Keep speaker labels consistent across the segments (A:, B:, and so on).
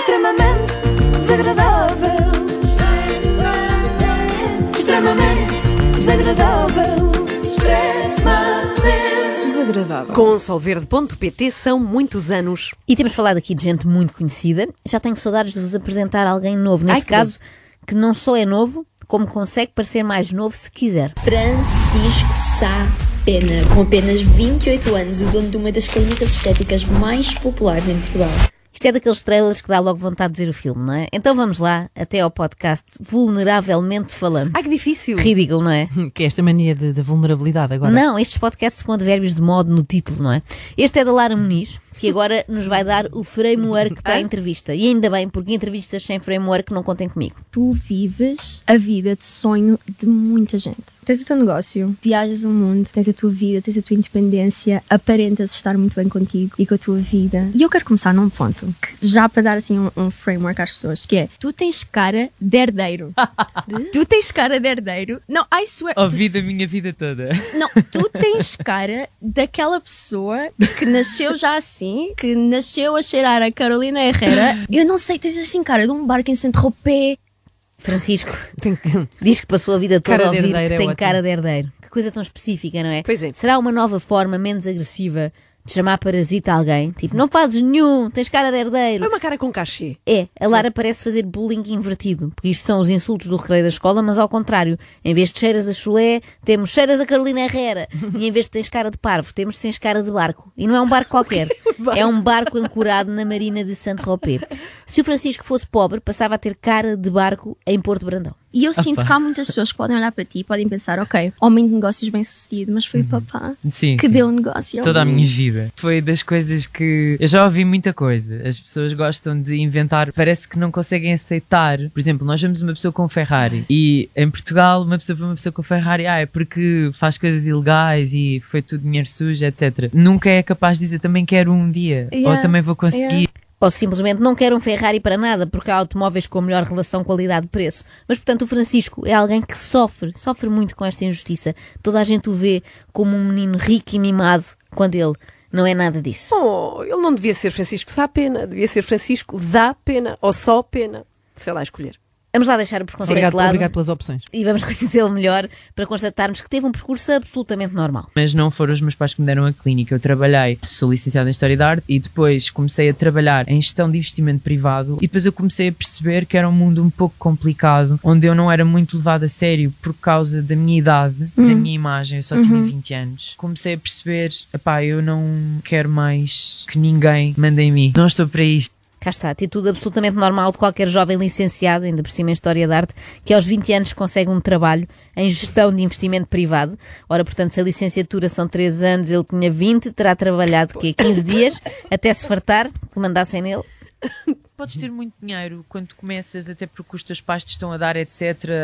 A: extremamente desagradável. Extremamente desagradável. Extremamente desagradável.
B: Com solverde.pt são muitos anos.
C: E temos falado aqui de gente muito conhecida. Já tenho saudades de vos apresentar alguém novo. Neste
B: que
C: caso, que não só é novo, como consegue parecer mais novo se quiser.
D: Francisco Sá Pena, com apenas 28 anos, o dono de uma das clínicas estéticas mais populares em Portugal.
C: Isto é daqueles trailers que dá logo vontade de ver o filme, não é? Então vamos lá, até ao podcast Vulneravelmente Falando.
B: Ai que difícil.
C: Ridículo, não é?
E: Que é esta mania de- da vulnerabilidade agora.
C: Não, estes podcasts com advérbios de modo no título, não é? Este é da Lara Muniz, que agora nos vai dar o framework
E: Ah?
C: para a entrevista. E ainda bem, porque entrevistas sem framework não contem comigo.
F: tu vives a vida de sonho de muita gente. Tens o teu negócio, viajas o mundo, tens a tua vida, tens a tua independência, aparentas estar muito bem contigo e com a tua vida. E eu quero começar num ponto que já para dar assim um, um framework às pessoas, que é tu tens cara de herdeiro. tu tens cara de herdeiro. Não, I swear. tu-
G: Ouvi da minha vida toda.
F: não, tu tens cara daquela pessoa que nasceu já assim, que nasceu a cheirar a Carolina Herrera. Eu não sei, tens assim cara de um barco em Saint-Tropez,
C: Francisco
E: Tem que-
C: diz que passou a vida toda
E: Cara
C: a
E: de
C: ouvir que
E: herdeiro é
C: tem
E: ótimo.
C: cara de herdeiro. Que coisa tão específica, não é?
B: Pois é.
C: Será uma nova forma menos agressiva de chamar parasita a alguém? Tipo, não fazes nenhum, tens cara de herdeiro.
B: É uma cara com cachê.
C: É, a Lara parece fazer bullying invertido, porque isto são os insultos do recreio da escola, mas ao contrário, em vez de cheiras a chulé, temos cheiras a Carolina Herrera, e em vez de tens cara de parvo, temos tens cara de barco. E não é um barco qualquer, é um barco ancorado na marina de Saint-Tropez. Se o Francisco fosse pobre, passava a ter cara de barco em Porto Brandão.
F: E eu sinto que há muitas pessoas que podem olhar para ti e podem pensar, ok, homem de negócios bem sucedido, mas foi o papá
G: Uhum. Sim.
F: que
G: sim.
F: deu o negócio. ao
G: Toda a
F: mundo.
G: minha vida. Foi das coisas que. Eu já ouvi muita coisa. As pessoas gostam de inventar. Parece que não conseguem aceitar. Por exemplo, nós vemos uma pessoa com Ferrari. E em Portugal, uma pessoa vê uma pessoa com Ferrari. Ah, é porque faz coisas ilegais e foi tudo dinheiro sujo, etc. Nunca é capaz de dizer também quero um dia.
F: Yeah,
G: Ou também vou conseguir.
F: yeah.
C: Ou simplesmente não quer um Ferrari para nada, porque há automóveis com melhor relação qualidade-preço. Mas, portanto, o Francisco é alguém que sofre, sofre muito com esta injustiça. Toda a gente o vê como um menino rico e mimado, quando ele não é nada disso.
B: Oh, ele não devia ser Francisco Sá Pena, devia ser Francisco Dá Pena ou Só Pena. Sei lá, escolher.
C: Vamos lá deixar o preconceito
E: Obrigado,
C: de lado
E: obrigado pelas opções.
C: e vamos conhecê-lo melhor para constatarmos que teve um percurso absolutamente normal.
G: mas não foram os meus pais que me deram a clínica. Eu trabalhei, sou licenciada em História da Arte e depois comecei a trabalhar em gestão de investimento privado e depois eu comecei a perceber que era um mundo um pouco complicado, onde eu não era muito levada a sério por causa da minha idade, da minha imagem, eu só tinha 20 anos. Comecei a perceber, pá, eu não quero mais que ninguém mande em mim, não estou para isto.
C: Cá está, atitude absolutamente normal de qualquer jovem licenciado, ainda por cima em História da Arte, que aos 20 anos consegue um trabalho em gestão de investimento privado. Ora, portanto, se a licenciatura são 3 anos, ele tinha 20, terá trabalhado quê? 15 dias, até se fartar, que mandassem nele.
G: Podes ter muito dinheiro quando começas, até porque os teus pais te estão a dar, etc.,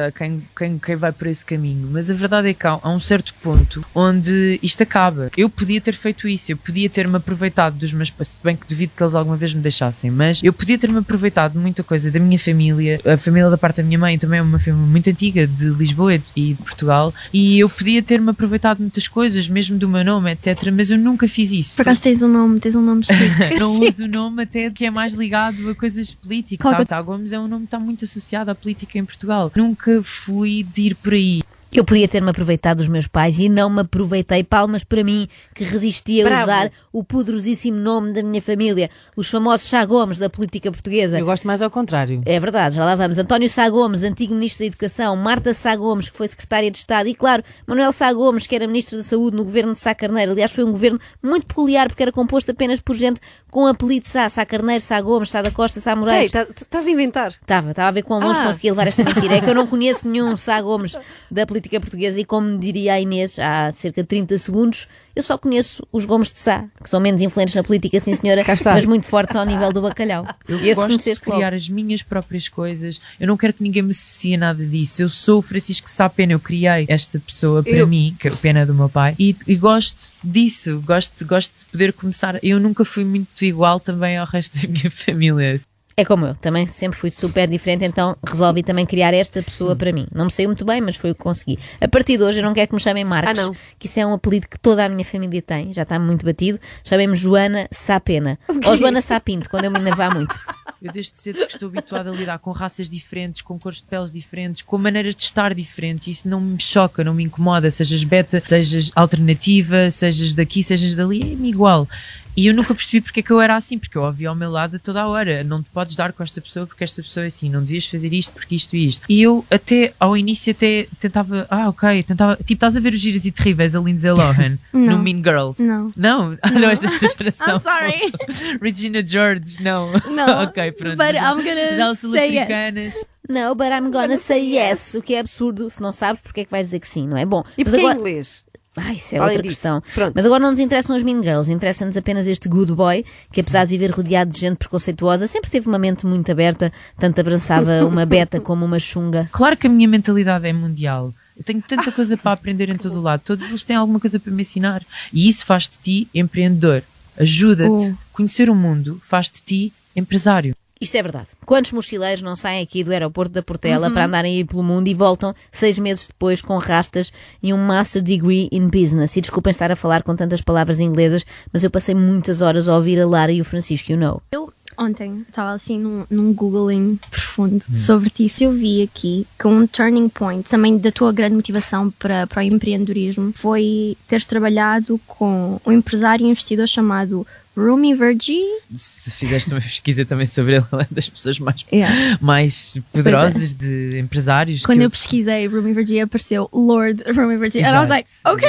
G: a quem, quem, quem vai por esse caminho. Mas a verdade é que há, há um certo ponto onde isto acaba. Eu podia ter feito isso, eu podia ter-me aproveitado dos meus pais, se bem que duvido que eles alguma vez me deixassem, mas eu podia ter-me aproveitado de muita coisa da minha família. A família da parte da minha mãe também é uma família muito antiga, de Lisboa e de Portugal, e eu podia ter-me aproveitado de muitas coisas, mesmo do meu nome, etc., mas eu nunca fiz isso.
F: Por acaso tens um nome, tens um nome chique.
G: Não uso o nome até que é mais ligado a coisas políticas.
F: Qual
G: Sabe? Sá Gomes é um nome que está muito associado à política em Portugal. Nunca fui de ir por aí.
C: Eu podia ter-me aproveitado dos meus pais e não me aproveitei. Palmas para mim, que resisti a
B: Bravo.
C: usar o poderosíssimo nome da minha família, os famosos Chá Gomes da política portuguesa.
E: Eu gosto mais ao contrário.
C: É verdade, já lá vamos. António Sá Gomes, antigo Ministro da Educação, Marta Sá Gomes, que foi Secretária de Estado, e claro, Manuel Sá Gomes, que era Ministro da Saúde no governo de Sá Carneiro. Aliás, foi um governo muito peculiar, porque era composto apenas por gente com apelido Sá, Sá Carneiro, Sá Gomes, Sá da Costa, Sá
B: Ei,
C: Moraes.
B: estás tá, estás a inventar.
C: Estava, estava a ver quão longe
B: Ah.
C: conseguia levar esta mentira. É que eu não conheço nenhum Sá Gomes da política portuguesa e, como diria a Inês há cerca de 30 segundos, eu só conheço os Gomes de Sá, que são menos influentes na política, sim senhora,
E: está.
C: mas muito fortes ao nível do bacalhau.
G: Eu
C: Esse
G: gosto de
C: conheceste logo.
G: criar as minhas próprias coisas. Eu não quero que ninguém me associe a nada disso. Eu sou o Francisco Sá Pena. Eu criei esta pessoa para
B: Eu-
G: mim, que é a pena do meu pai, e, e gosto disso. Gosto, gosto de poder começar. Eu nunca fui muito igual também ao resto da minha família.
C: É como eu, também sempre fui super diferente, então resolvi também criar esta pessoa para mim. Não me saiu muito bem, mas foi o que consegui. A partir de hoje eu não quero que me chamem Marcos,
B: Ah, não.
C: que isso é um apelido que toda a minha família tem, já está muito batido. Chamem-me Joana Sapena. Ou Joana Sapinto, quando eu me enervar muito.
G: Eu desde cedo que estou habituada a lidar com raças diferentes, com cores de peles diferentes, com maneiras de estar diferentes. Isso não me choca, não me incomoda. Sejas beta, sejas alternativa, sejas daqui, sejas dali, é-me igual. E eu nunca percebi porque é que eu era assim, porque eu ouvi ao meu lado a toda a hora. Não te podes dar com esta pessoa porque esta pessoa é assim, não devias fazer isto porque isto e isto. E eu até ao início até tentava, ah, ok, tentava. Tipo, estás a ver os giros e terríveis a Lindsay Lohan no
F: Não.
G: Mean Girls.
F: Não.
G: Não, Ah, não és desta geração.
F: I'm sorry.
G: Regina George, não.
F: Não.
G: ok, pronto.
F: But I'm gonna
G: Mas
F: say
G: sul-africanas.
C: Não, but I'm gonna say yes, o que é absurdo. Se não sabes, porque é que vais dizer que sim, não é? Bom,
B: E
C: mas
B: porquê
C: agora...
B: em inglês?
C: Ah, isso é
B: Além
C: outra
B: disso.
C: questão.
B: Pronto.
C: Mas agora não nos interessam as Mean Girls, interessa-nos apenas este good boy, que apesar de viver rodeado de gente preconceituosa, sempre teve uma mente muito aberta, tanto abraçava uma beta como uma chunga.
G: Claro que a minha mentalidade é mundial. Eu tenho tanta coisa para aprender em todo o lado. Todos eles têm alguma coisa para me ensinar. E isso faz de ti empreendedor. Ajuda-te.
F: Oh.
G: Conhecer o mundo faz de ti empresário.
C: Isto é verdade. Quantos mochileiros não saem aqui do aeroporto da
B: Uhum.
C: Portela para andarem aí pelo mundo e voltam seis meses depois com rastas e um Master Degree in Business? E desculpem estar a falar com tantas palavras inglesas, mas eu passei muitas horas a ouvir a Lara e o Francisco, you know.
F: Eu ontem estava assim num, num googling profundo
G: Hum.
F: sobre ti. Eu vi aqui que um turning point também da tua grande motivação para, para o empreendedorismo foi teres trabalhado com um empresário e investidor chamado Rumi Vergi.
G: Se fizeste uma pesquisa também sobre ele, ele é das pessoas mais,
F: Yeah.
G: mais poderosas de empresários.
F: é. Quando
G: que
F: eu pesquisei Rumi Vergi apareceu Lord Rumi Vergi. And I was
G: Exato.
F: like, ok.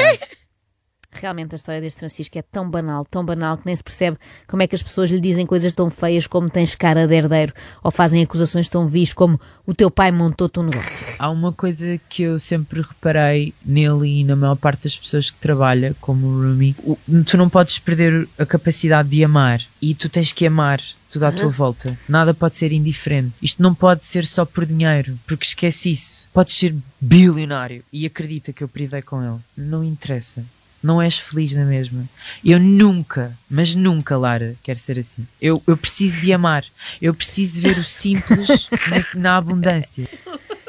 C: Realmente a história deste Francisco é tão banal, tão banal que nem se percebe como é que as pessoas lhe dizem coisas tão feias como tens cara de herdeiro ou fazem acusações tão vis como o teu pai montou-te um negócio.
G: Há uma coisa que eu sempre reparei nele e na maior parte das pessoas que trabalha, como o Rumi, o- tu não podes perder a capacidade de amar e tu tens que amar tudo à tua volta. Nada pode ser indiferente. Isto não pode ser só por dinheiro, porque esquece isso. Podes ser bilionário e acredita que eu privei com ele. Não interessa. Não és feliz na mesma. Eu nunca, mas nunca, Lara, quero ser assim. Eu, eu preciso de amar. Eu preciso de ver o simples na- na abundância.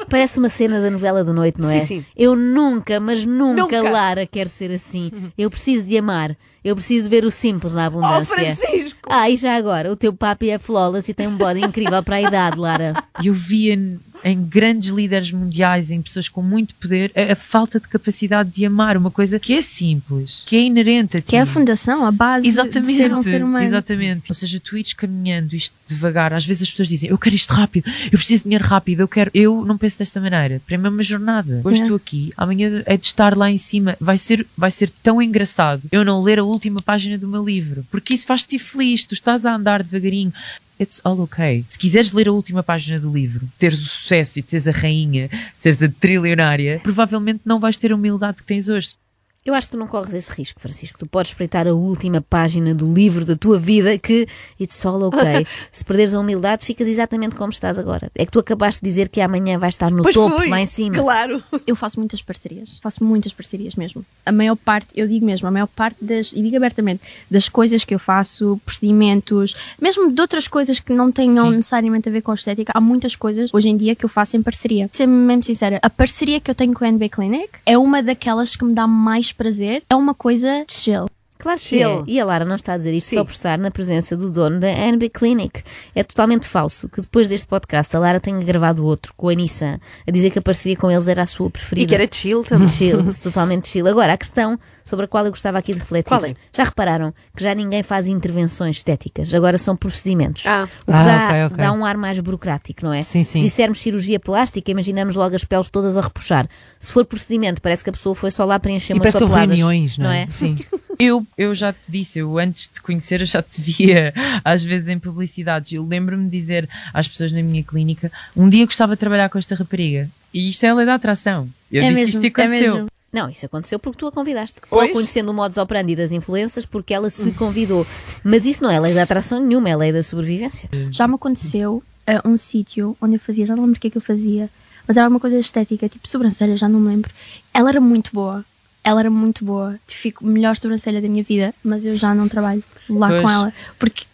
C: Parece uma cena da novela da noite, não é?
B: Sim, sim.
C: Eu nunca, mas nunca,
B: Nunca. Uhum.
C: Lara, quero ser assim. Eu preciso de amar. Eu preciso ver o simples na abundância.
B: Oh, Francisco!
C: Ah, e já agora, o teu papi é flawless e tem um body incrível para a idade, Lara.
G: E eu via n- em grandes líderes mundiais, em pessoas com muito poder, a, a falta de capacidade de amar, uma coisa que é simples, que é inerente a ti.
F: Que é a fundação, a base
G: Exatamente,
F: de ser um ser humano.
G: exatamente. Ou seja, tu ires caminhando isto devagar, às vezes as pessoas dizem, eu quero isto rápido, eu preciso de dinheiro rápido, eu quero. Eu não penso desta maneira. Para mim é uma jornada. Hoje
F: É.
G: estou aqui, amanhã é de estar lá em cima. Vai ser, vai ser tão engraçado eu não ler a última página do meu livro, porque isso faz-te feliz, tu estás a andar devagarinho. It's all okay. Se quiseres ler a última página do livro, teres o sucesso e de seres a rainha, de seres a trilionária, provavelmente não vais ter a humildade que tens hoje.
C: Eu acho que tu não corres esse risco, Francisco. Tu podes espreitar a última página do livro da tua vida que it's all ok. Se perderes a humildade, ficas exatamente como estás agora. É que tu acabaste de dizer que amanhã vais estar no
B: Pois
C: topo,
B: foi,
C: lá em cima.
B: Claro.
F: eu faço muitas parcerias, faço muitas parcerias mesmo. A maior parte, eu digo mesmo, a maior parte das, e digo abertamente, das coisas que eu faço, procedimentos, mesmo de outras coisas que não tenham
G: Sim.
F: necessariamente a ver com estética, há muitas coisas hoje em dia que eu faço em parceria. Ser mesmo sincera, a parceria que eu tenho com a NB Clinic é uma daquelas que me dá mais prazer, é uma coisa chill.
C: Claro que é.
B: Chill.
C: E a Lara não está a dizer isto
B: Sim.
C: só por estar na presença do dono da NB Clinic. É totalmente falso que depois deste podcast a Lara tenha gravado outro com a Nissan a dizer que a parceria com eles era a sua
B: E
C: preferida.
B: que era chill também.
C: Chill, totalmente chill. Agora, a questão sobre a qual eu gostava aqui de refletir.
B: Qual é?
C: Já repararam que já ninguém faz intervenções estéticas, agora são procedimentos.
B: Ah.
C: O que
E: Ah,
C: dá,
E: ok, ok.
C: dá um ar mais burocrático, não é?
E: Sim,
C: Se
E: sim.
C: dissermos cirurgia plástica, imaginamos logo as peles todas a repuxar. Se for procedimento, parece que a pessoa foi só lá preencher
E: E
C: umas
E: parece que houve
C: papeladas,
E: reuniões, não é?
C: é?
E: Sim.
G: Eu, eu já te disse, eu antes de te conhecer, eu já te via às vezes em publicidades. Eu lembro-me de dizer às pessoas na minha clínica: um dia eu gostava de trabalhar com esta rapariga. E isto é a lei da atração. Eu
F: é
G: disse
F: mesmo,
G: isto e
F: é
G: aconteceu.
F: mesmo.
C: Não, isso aconteceu porque tu a convidaste. Ou
B: Pois.
C: conhecendo o modus operandi das influências porque ela se convidou. Mas isso não é lei da atração nenhuma, é lei da sobrevivência.
F: Já me aconteceu a um sítio onde eu fazia, já não lembro o que é que eu fazia, mas era alguma coisa estética, tipo sobrancelha, já não me lembro. Ela era muito boa. Ela era muito tipo, boa. Fico melhor sobrancelha da minha vida, mas eu já não trabalho lá
G: Pois.
F: com ela. Porque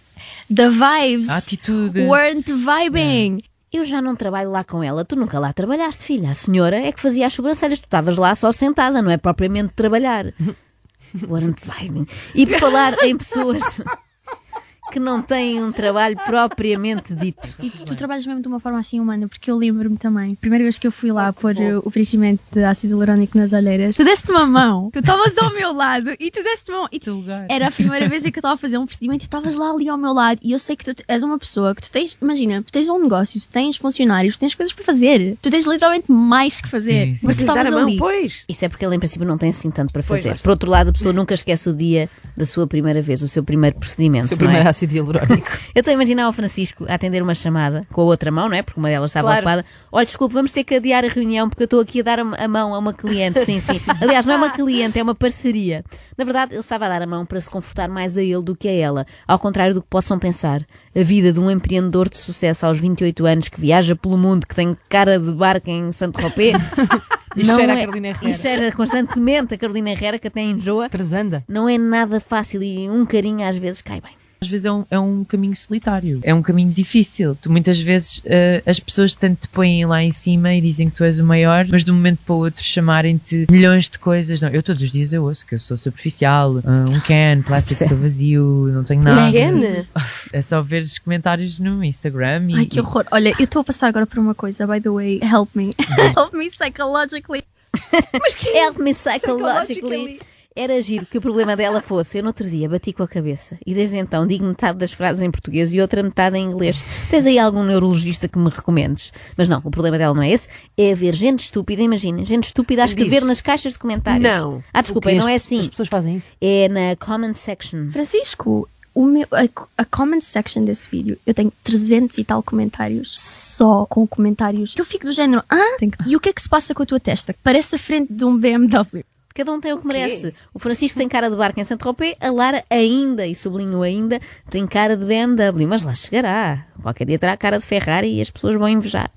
F: The vibes.
G: A atitude. É.
F: Weren't vibing.
C: Eu já não trabalho lá com ela, tu nunca lá trabalhaste, filha. A senhora é que fazia as sobrancelhas, tu estavas lá só sentada, não é propriamente trabalhar. Warrant Vibing. E por falar em pessoas que não têm um trabalho propriamente dito.
G: Tá
F: E tu, tu trabalhas mesmo de uma forma assim humana, porque eu lembro-me também. Primeira vez que eu fui lá pôr uh, o preenchimento de ácido hialurónico nas olheiras, tu deste uma mão, tu estavas ao meu lado e tu deste uma mão. E tu,
G: lugar.
F: era a primeira vez em que eu estava a fazer um procedimento e estavas lá ali ao meu lado. E eu sei que tu te- és uma pessoa que tu tens, imagina, tu tens um negócio, tu tens funcionários, tu tens coisas para fazer, tu tens literalmente mais que fazer.
G: Sim, sim.
F: Mas tu
B: Tem que
F: estavas
B: dar a mão,
F: ali.
B: pois.
C: Isto é porque ele em princípio não tem assim tanto para
B: Pois, lá
C: fazer.
B: está.
C: Por outro lado, a pessoa nunca esquece o dia da sua primeira vez, o seu primeiro procedimento.
E: Seu
C: não é?
E: primeiro ácido hialurónico.
C: Eu estou a imaginar o Francisco a atender uma chamada com a outra mão, não é? Porque uma delas estava
B: Claro.
C: ocupada. Olha, desculpe, vamos ter que adiar a reunião porque eu estou aqui a dar a a mão a uma cliente. Sim, sim. Aliás, não é uma cliente, é uma parceria. Na verdade, ele estava a dar a mão para se confortar mais a ele do que a ela. Ao contrário do que possam pensar. A vida de um empreendedor de sucesso aos 28 anos que viaja pelo mundo, que tem cara de barco em Santo Ropé.
E: E
C: não
E: cheira a
C: é-
E: Carolina
C: E
E: Herrera.
C: cheira constantemente a Carolina Herrera, que até enjoa.
E: Trezanda.
C: Não é nada fácil e um carinho às vezes cai bem.
G: Às vezes é um, é um caminho solitário, é um caminho difícil. Tu muitas vezes eh, as pessoas tanto te põem lá em cima e dizem que tu és o maior, mas de um momento para o outro chamarem-te milhões de coisas. Não, eu todos os dias eu ouço que eu sou superficial, ah, um can, plástico, sou vazio, não tenho nada.
B: Pequena.
G: É só ver os comentários no Instagram e.
F: Ai, que horror. Olha, eu estou a passar agora por uma coisa, by the way, help me. help me psychologically.
B: é
C: Help me psychologically. Era giro que o problema dela fosse. Eu no outro dia bati com a cabeça e desde então digo metade das frases em português e outra metade em inglês. Tens aí algum neurologista que me recomendes? Mas não, o problema dela não é esse. É haver gente estúpida, imagina, gente estúpida a escrever nas caixas de comentários.
B: Não.
C: Ah,
E: O
C: desculpem,
E: quê?
C: não é
E: As- As
C: assim.
E: pessoas fazem isso.
C: É na comment section.
F: Francisco, o meu, a, a comment section desse vídeo, eu tenho 300 e tal comentários, só com comentários que eu fico do género, ah, e o que é que se passa com a tua testa? Parece a frente de um BMW.
C: Cada um tem o que merece. O Francisco tem cara de barco em Santo Tropez, a Lara ainda, e sublinho ainda, tem cara de BMW, mas lá chegará. Qualquer dia terá cara de Ferrari e as pessoas vão invejar.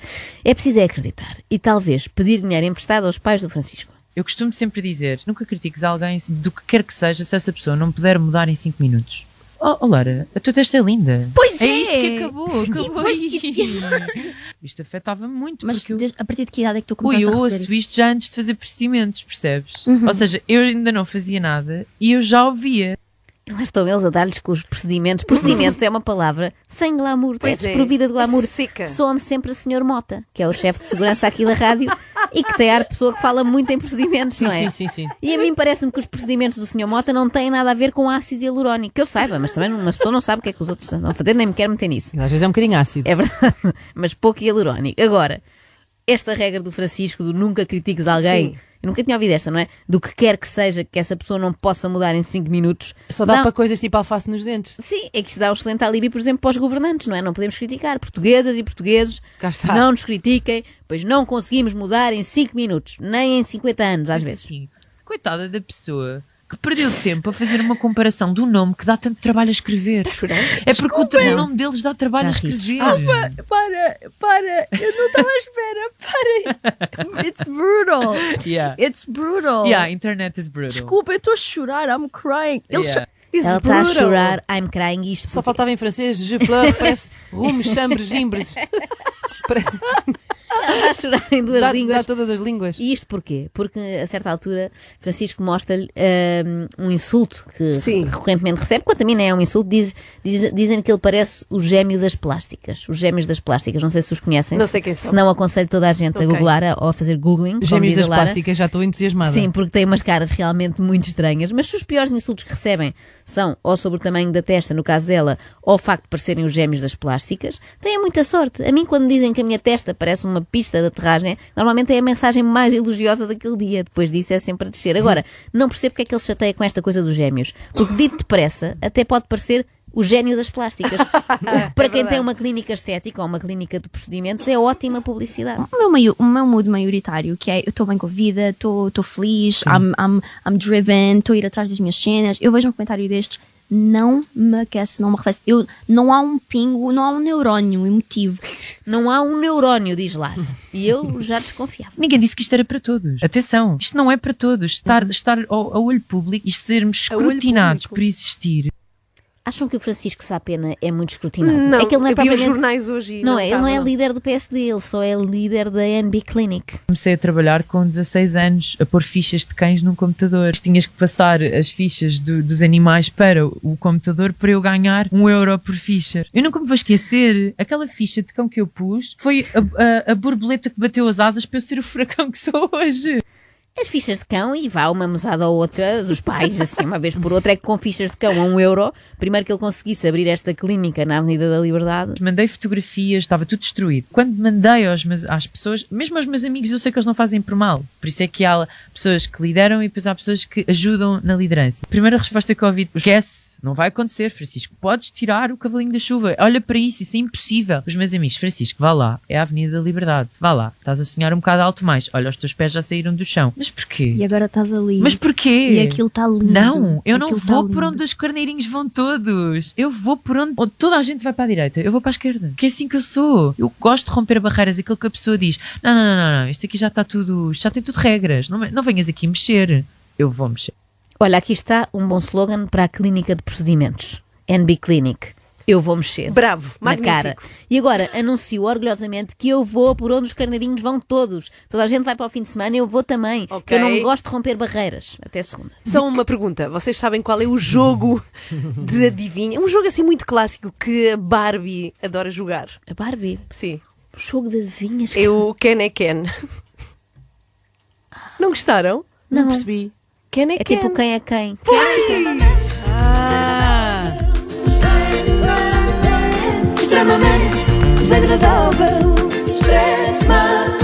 C: É preciso é acreditar e talvez pedir dinheiro emprestado aos pais do Francisco.
G: Eu costumo sempre dizer: nunca critiques alguém do que quer que seja se essa pessoa não puder mudar em 5 minutos. Oh, oh, Lara, a tua testa é linda.
F: Pois
G: é
F: é.
G: isto que acabou, acabou
F: depois-
G: aí. Isto afetava muito.
F: Mas
G: porque eu...
F: desde- a partir de que idade é que tu
G: Ui,
F: começaste
G: eu
F: a receber
G: ouço isto já antes de fazer procedimentos, percebes? Ou seja, eu ainda não fazia nada e eu já ouvia.
C: E Lá estão eles a dar-lhes com os procedimentos. Procedimento é uma palavra sem glamour, é
B: Pois é.
C: desprovida de glamour.
B: Seca.
C: Some sempre o Sr. Mota, que é o chefe de segurança aqui da rádio e que tem ar de pessoa que fala muito em procedimentos,
E: Sim,
C: não é?
E: sim, sim, sim.
C: E a mim parece-me que os procedimentos do Sr. Mota não têm nada a ver com ácido hialurónico, que eu saiba, mas também uma pessoa não sabe o que é que os outros andam a fazer, nem me quer meter nisso.
E: Às vezes é um bocadinho ácido.
C: É verdade, mas pouco hialurónico. Agora, esta regra do Francisco do nunca critiques alguém,
B: Sim.
C: eu nunca tinha ouvido esta, não é? Do que quer que seja que essa pessoa não possa mudar em 5 minutos.
E: Só dá
C: Não.
E: para coisas tipo alface nos dentes.
C: Sim, é que isto dá um excelente alívio, por exemplo, para os governantes, não é? Não podemos criticar. Portuguesas e portugueses,
E: Cá está.
C: não nos critiquem, pois não conseguimos mudar em 5 minutos, nem em 50 anos, às vezes.
G: Assim, coitada da pessoa que perdeu tempo a fazer uma comparação do nome que dá tanto trabalho a escrever.
B: Está a chorar?
G: É porque o, tra- o nome deles dá trabalho a
C: Está a rir.
G: escrever.
F: isto? Para, para, eu não estava à espera, para. It's brutal.
G: Yeah.
F: It's brutal.
G: Yeah, internet is brutal.
F: Desculpa, eu estou a chorar, I'm crying. Eles
G: Yeah.
B: Isso
C: Ela está a
B: brutal.
C: chorar, I'm crying, isto
E: Só
C: porque-
E: faltava em francês. Je pleure, parece rume, chambre, gimbres.
C: Ela está a chorar em duas
E: Dá,
C: línguas.
E: dá todas as línguas.
C: E isto porquê? Porque a certa altura Francisco mostra-lhe hum, um insulto que
B: Sim.
C: recorrentemente recebe, quanto a mim não é um insulto, diz, diz- dizem que ele parece o gêmeo das plásticas, os gêmeos das plásticas, não sei se os conhecem,
B: Não
C: se-
B: sei quem são.
C: se não aconselho toda a gente
B: Ok.
C: a googlar a- ou a fazer googling, como
E: Gêmeos
C: diz a
E: das
C: Lara.
E: plásticas, já estou entusiasmada.
C: Sim, porque tem umas caras realmente muito estranhas, mas se os piores insultos que recebem são ou sobre o tamanho da testa, no caso dela, ou o facto de parecerem os gêmeos das plásticas, têm muita sorte. A mim, quando dizem que a minha testa parece uma pista de aterragem, normalmente é a mensagem mais elogiosa daquele dia. Depois disso é sempre a descer. Agora, não percebo porque é que ele se chateia com esta coisa dos gêmeos, porque dito depressa, até pode parecer. O gênio das plásticas. O que Para quem tem uma clínica estética ou uma clínica de procedimentos, é ótima publicidade.
F: o meu, maio- o meu mood maioritário, que é eu estou bem com a vida, estou feliz, I'm, I'm, I'm driven, estou a ir atrás das minhas cenas. Eu vejo um comentário destes, não me aquece, não me arrefece. Eu, não há um pingo, não há um neurónio emotivo.
C: Não há um neurónio, diz lá. E eu já desconfiava.
G: Ninguém disse que isto era para todos. Atenção, isto não é para todos. Estar, estar ao, ao olho público e sermos
B: A olho
G: escrutinados
B: público.
G: por existir
C: Acham que o Francisco Sapena é muito escrutinado? é que ele não é
B: eu vi os
C: propriamente...
B: jornais hoje. e
C: Não, é, ele não é
B: estava.
C: líder do PSD, ele só é líder da NB Clinic.
G: Comecei a trabalhar com 16 anos, a pôr fichas de cães num computador. Tinhas que passar as fichas do- dos animais para o computador para eu ganhar um euro por ficha. Eu nunca me vou esquecer, aquela ficha de cão que eu pus foi a, a- a borboleta que bateu as asas para eu ser o furacão que sou hoje.
C: As fichas de cão e vá uma mesada ou outra dos pais, assim, uma vez por outra, é que com fichas de cão a um euro, primeiro que ele conseguisse abrir esta clínica na Avenida da Liberdade,
G: Mandei fotografias, estava tudo destruído. Quando mandei aos meus- às pessoas, mesmo aos meus amigos, eu sei que eles não fazem por mal. Por isso é que há pessoas que lideram e depois há pessoas que ajudam na liderança. Primeira resposta que eu ouvi, esquece. Não vai acontecer, Francisco. Podes tirar o cavalinho da chuva. Olha para isso, isso é impossível. Os meus amigos, Francisco, vá lá. É a Avenida da Liberdade. Vá lá. Estás a sonhar um bocado alto mais. Olha, os teus pés já saíram do chão. Mas porquê?
F: E agora estás ali.
G: Mas porquê?
F: E aquilo está lindo.
G: Não, eu não
F: Aquilo
G: vou
F: tá
G: por
F: lindo.
G: onde os carneirinhos vão todos. Eu vou por onde, onde toda a gente vai para a direita. Eu vou para a esquerda. Que é assim que eu sou. Eu gosto de romper barreiras. Aquilo que a pessoa diz: não, não, não, não, não, isto aqui já está tudo, isto já tem tudo regras. Não, me- não venhas aqui mexer. Eu vou mexer.
C: Olha, aqui está um bom slogan para a clínica de procedimentos. NB Clinic. Eu vou mexer.
B: Bravo,
C: na
B: magnífico.
C: cara. E agora anuncio orgulhosamente que eu vou por onde os carneirinhos vão todos. Toda a gente vai para o fim de semana, eu vou também.
B: Ok.
C: Eu não gosto de romper barreiras. Até segunda.
B: Só uma pergunta. Vocês sabem qual é o jogo de adivinha? Um jogo assim muito clássico que a Barbie adora jogar.
C: A Barbie,
B: Sim.
C: o jogo de adivinhas.
B: É o Ken é Ken. Não gostaram? Não, percebi. Ken é,
C: É
B: Ken.
C: tipo quem é quem.
A: Extremamente desagradável. Extremamente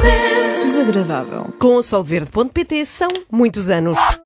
A: desagradável.
B: Com o solverde.pt são muitos anos.